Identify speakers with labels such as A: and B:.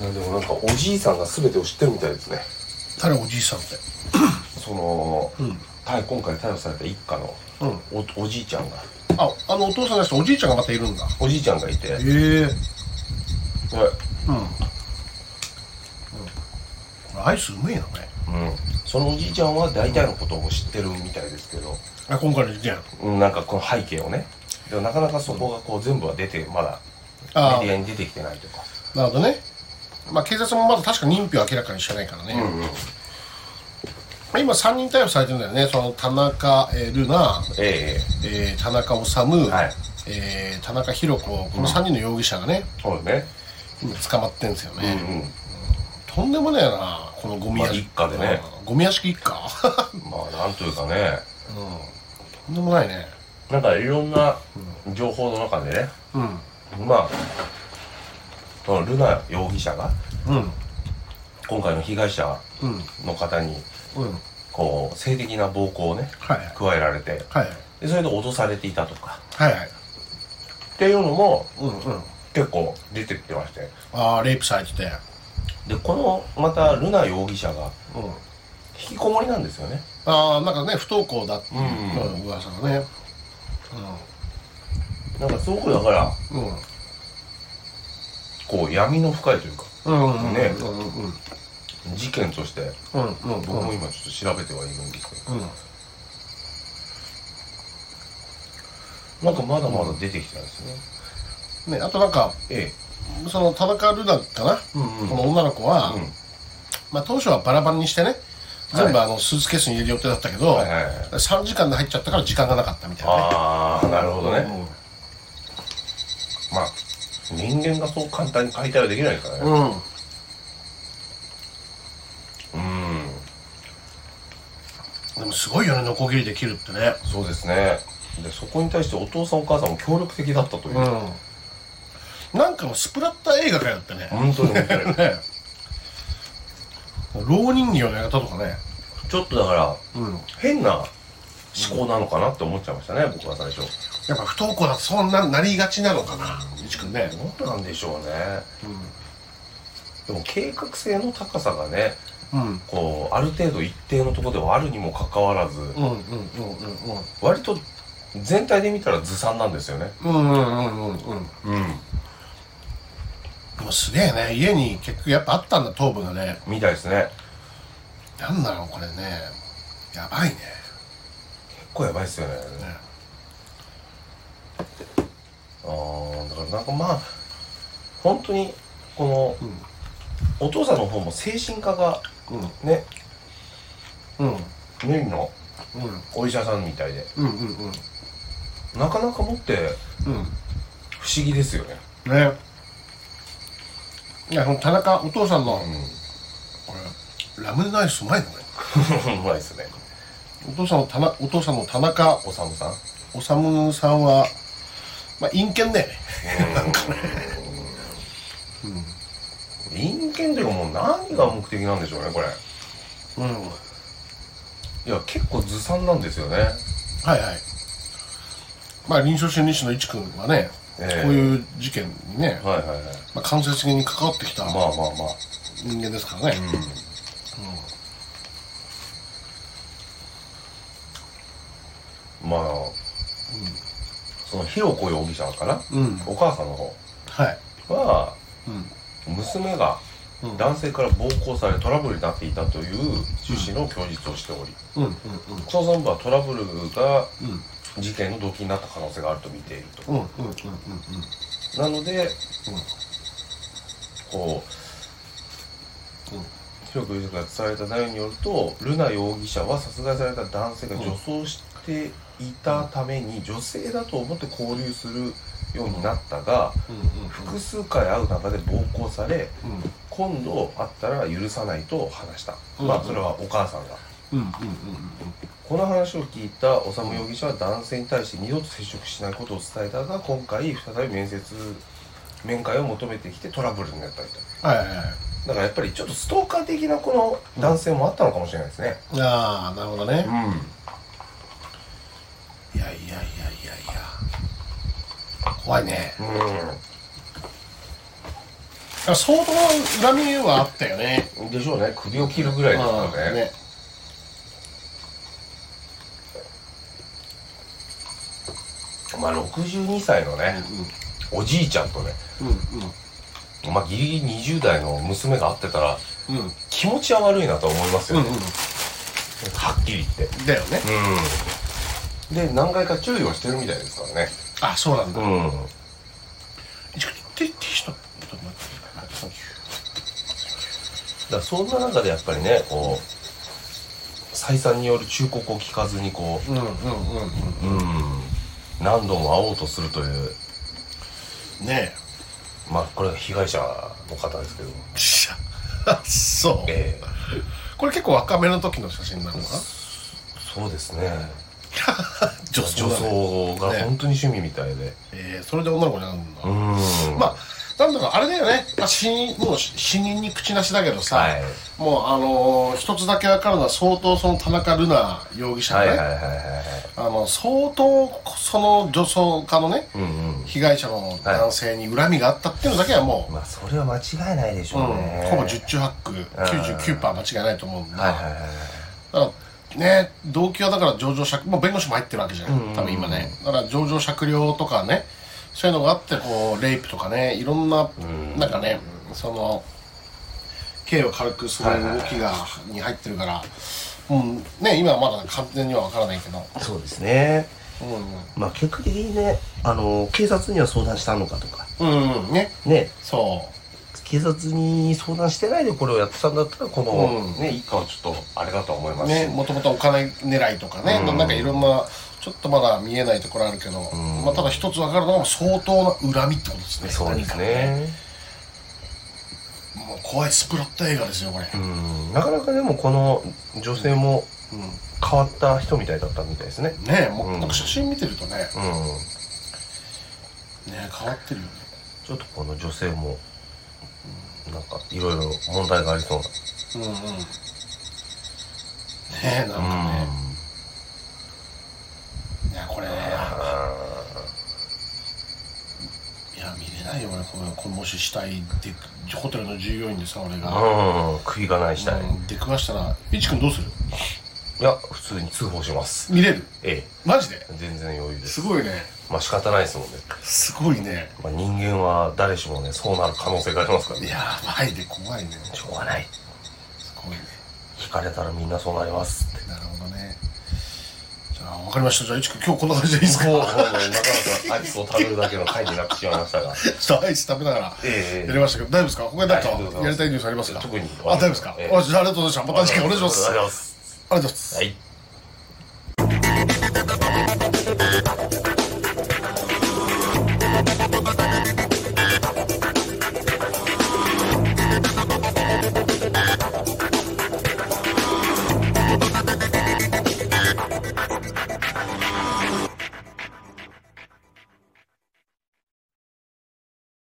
A: いやでもなんかおじいさんが全てを知ってるみたいですね
B: 誰おじいさんって
A: その、
B: うん
A: たい今回逮捕された一家の
B: うん
A: おおじいちゃんが
B: ああのお父さんの人おじいちゃんがまたいるんだ
A: おじいちゃんがいて、
B: ええ
A: はい
B: うん、うん、アイスうめえなこれ
A: うん、そのおじいちゃんは大体のことを知ってるみたいですけど、
B: あ今回の事件
A: うん、なんかこの背景をねでもなかなかそこがこう全部は出てまだ
B: ああ
A: メディアに出てきてないとか
B: なるほどねまあ警察もまだ確か認否を明らかにしてないからね、
A: うん
B: 今3人逮捕されてるんだよねその田中えー瑠奈、
A: え
B: えー田中治、
A: えはい
B: えー田中弘子この3人の容疑者がね、
A: そうね
B: 今捕まってんですよ
A: うんう
B: ね、
A: ん
B: とんでもねえなこのゴミ屋敷、
A: まあ一家でね
B: うんゴミ屋敷一家
A: まあなんというかね
B: うんとんでもないね
A: なんかいろんな情報の中でね
B: うん
A: まあその瑠奈容疑者が
B: うん
A: 今回の被害者
B: うん
A: の方に
B: うん
A: こう性的な暴行をね
B: はい
A: 加えられて
B: はい
A: でそれで脅されていたとか
B: はいはい
A: っていうのも
B: うんうん
A: 結構出てってまして
B: ああレイプされてて
A: でこのまた瑠奈容疑者が
B: うん
A: 引きこもりなんですよね
B: ああなんかね不登校だっていう、
A: うん
B: うん、噂がね
A: なんかすごくだから
B: うんうん
A: こう闇の深いというか
B: うんうん
A: ね
B: うんうんうん
A: 事件として
B: うん
A: 僕も
B: うん
A: 今ちょっと調べてはいるんですけどなんかまだまだ出てきてないですね
B: ねあとなんか
A: え
B: その田中ルナかな、
A: えうん
B: この女の子は、
A: うん
B: まあ当初はバラバラにしてね
A: はい
B: 全部あのスーツケースに入れる予定だったけど、
A: はいはいはい
B: 3時間で入っちゃったから時間がなかったみたいなね
A: ああなるほどね、
B: うん
A: まあ人間がそう簡単に解体はできないですからね
B: うん、
A: うん
B: でもすごいよねノコギリで切るってね
A: そうですねでそこに対してお父さんお母さんも協力的だったという、
B: うんなんかもうスプラッター映画かよってね、
A: 本当に本当に
B: ね老人形のやり方とかね
A: ちょっとだから
B: うん
A: 変な思考なのかなって思っちゃいましたね、僕は最初
B: やっぱ不登校だとそうななりがちなのかな西君ね
A: どうなんでしょうね
B: う
A: でも計画性の高さがね
B: んうん
A: こうある程度一定のところではあるにもかかわらず、
B: うんうんうんうんうん
A: 割と全体で見たらずさんなんですよね
B: うんうんうんうん
A: うん
B: でもすげえね家に結局やっぱあったんだ頭部がね
A: みたいですね
B: なんだろうこれねやばいね
A: 結構やばいっすよね
B: ね
A: あーだからなんかまあ本当にこの、お父さんの方も精神科がね
B: うんうん
A: メインの
B: うん
A: お医者さんみたいで
B: うんうんうん
A: なかなかもって
B: うん
A: 不思議ですよね
B: ねいやこの田中お父さんの、
A: う
B: これラムネのアイスうまいのね
A: ん うまいっすね
B: お父さんの田なお父さんの田中
A: おさむさん
B: 治さんはまあ陰険だよね
A: 陰険というかもう何が目的なんでしょうねこれ
B: うんはい
A: いや結構ずさんなんですよね
B: はいまあ臨床心理士の一君はね、
A: ええ
B: こういう事件にね、
A: はいはいはい
B: まあ、間接的に関わってきた
A: まあまあまあ
B: 人間ですからね、
A: まあ、そのひろこ容疑者かな、
B: うん
A: お母さんの方
B: はい
A: は
B: うん
A: 娘が
B: うん
A: 男性から暴行されトラブルになっていたという趣旨の供述をしており
B: うんうん
A: 捜査本部はトラブルが
B: うん
A: 事件の動機になった可能性があると見ていると
B: うんうんうんうん
A: なので、こう、
B: うん
A: 広く言うが伝えた内容によると瑠奈容疑者は殺害された男性が女装していたために女性だと思って交流するようになったが
B: う
A: 複数回会う中で暴行され
B: んうん
A: 今度会ったら許さないと話した、
B: うん
A: まあそれはお母さんが。
B: うんうんうん
A: この話を聞いた修容疑者は男性に対して二度と接触しないことを伝えたが今回再び面接面会を求めてきてトラブルになったりと
B: はいはいはい
A: だからやっぱりちょっとストーカー的なこの男性もあったのかもしれないですね
B: ああなるほどね
A: ん
B: いやいやいやいやいや怖いね
A: うん
B: あから相当恨みはあったよね。
A: でしょうね首を切るぐらいですからね
B: ね
A: まあ62歳のね、おじいちゃんとね
B: うん
A: まあギリギリ20代の娘が会ってたら
B: うんうん
A: 気持ちは悪いなと思います
B: うん
A: よ
B: う
A: ね、はっきり言って
B: んだよね。
A: うんで何回か注意はしてるみたいですからね
B: あそうなんだ。
A: うん
B: ちょ手手下ちょっと待って
A: だからそんな中でやっぱりねこう再三による忠告を聞かずにこ
B: うんうんうん
A: う、うん、何度も会おうとするという
B: うん。ね
A: まあこれが被害者の方ですけど
B: え。しゃ そう。
A: ええ
B: これ結構若めの時の写真なのかな。
A: そうですね
B: 女
A: 女
B: だね
A: 装が本当に趣味みたいで、
B: ええそれで女の子になるんだ。
A: うん
B: まあなんだろうあれだよね。まあ死人もう死人に口なしだけどさ。
A: はい
B: もうあのー一つだけ分かるのは相当その田中瑠奈容疑者が
A: はい
B: ね、
A: はいはいはい
B: あの相当その女装家のね
A: うんうん
B: 被害者の男性に恨みがあったっていうのだけはも
A: まあそれは間違いないでし
B: う、
A: ょうね、
B: うん、ほぼ10中8九99%間違いないと思うんだ,、
A: はいはいはいはい
B: だからね動機はだから上場借もう弁護士も入ってるわけじゃん、
A: うん
B: 多分今ねだから上場借料とかねそういうのがあってこうレイプとかねいろんな、
A: ん
B: なんかねその刑を軽くする動きが、に入ってるから、うんね、今はまだ完全には分からないけど、
A: そうですね
B: う
A: まあ結果的にねあの警察には相談したのかとか
B: んうん、うんうんね
A: ね
B: そ
A: 警察に相談してないでこれをやってたんだったらこの、
B: うん
A: ね一家はちょっとあれだと思いま
B: う
A: す
B: ね
A: し、
B: もともとお金狙いとかね、
A: うん
B: なんかいろんなちょっとまだ見えないところあるけど、
A: ん
B: まあ、ただ一つ分かるのは相当な恨みってことですね
A: そうです
B: 何か
A: ね
B: もう怖いスプラッタ映画ですよこれ、
A: うんなかなかでもこの女性も
B: うん
A: 変わった人みたいだったみたいですね
B: ねえもう
A: うん
B: なんか写真見てるとね,、
A: うん
B: ね変わってるよね
A: ちょっとこの女性もなんかいろいろ問題がありそうな
B: うんうんねえなんかね、いやこれねいや見れないよ俺これこれもししたいでホテルの従業員でさ俺が、
A: うん、うん、悔いがないしたい、い
B: うん出くわしたらいちくんどうする
A: や普通に通報します
B: 見れる
A: え
B: マジで
A: え全然余裕です
B: すごいね
A: まあ仕方ないですもんね、
B: すごいね
A: まあ、人間は誰しもねそうなる可能性がありますからね
B: やばいで怖いね
A: しょうがない
B: すごいね
A: 引かれたらみんなそうなりますって
B: なるほどねじゃあ分かりましたじゃあいちくん今日こんな感じでいいですか
A: もうもうなかなかアイスを食べるだけの回になってしまいましたが
B: ちょっとアイス食べながら
A: ええ
B: やりましたけど、大丈夫ですか他になんか
A: はいどうぞ
B: やりたいニュースありますか
A: 特に
B: あ、大丈夫ですか、
A: ええ
B: あじゃあありがとうございました。また次回お願いします。あ
A: あ
B: り
A: り
B: が
A: がとうございます
B: とうございます。
A: はい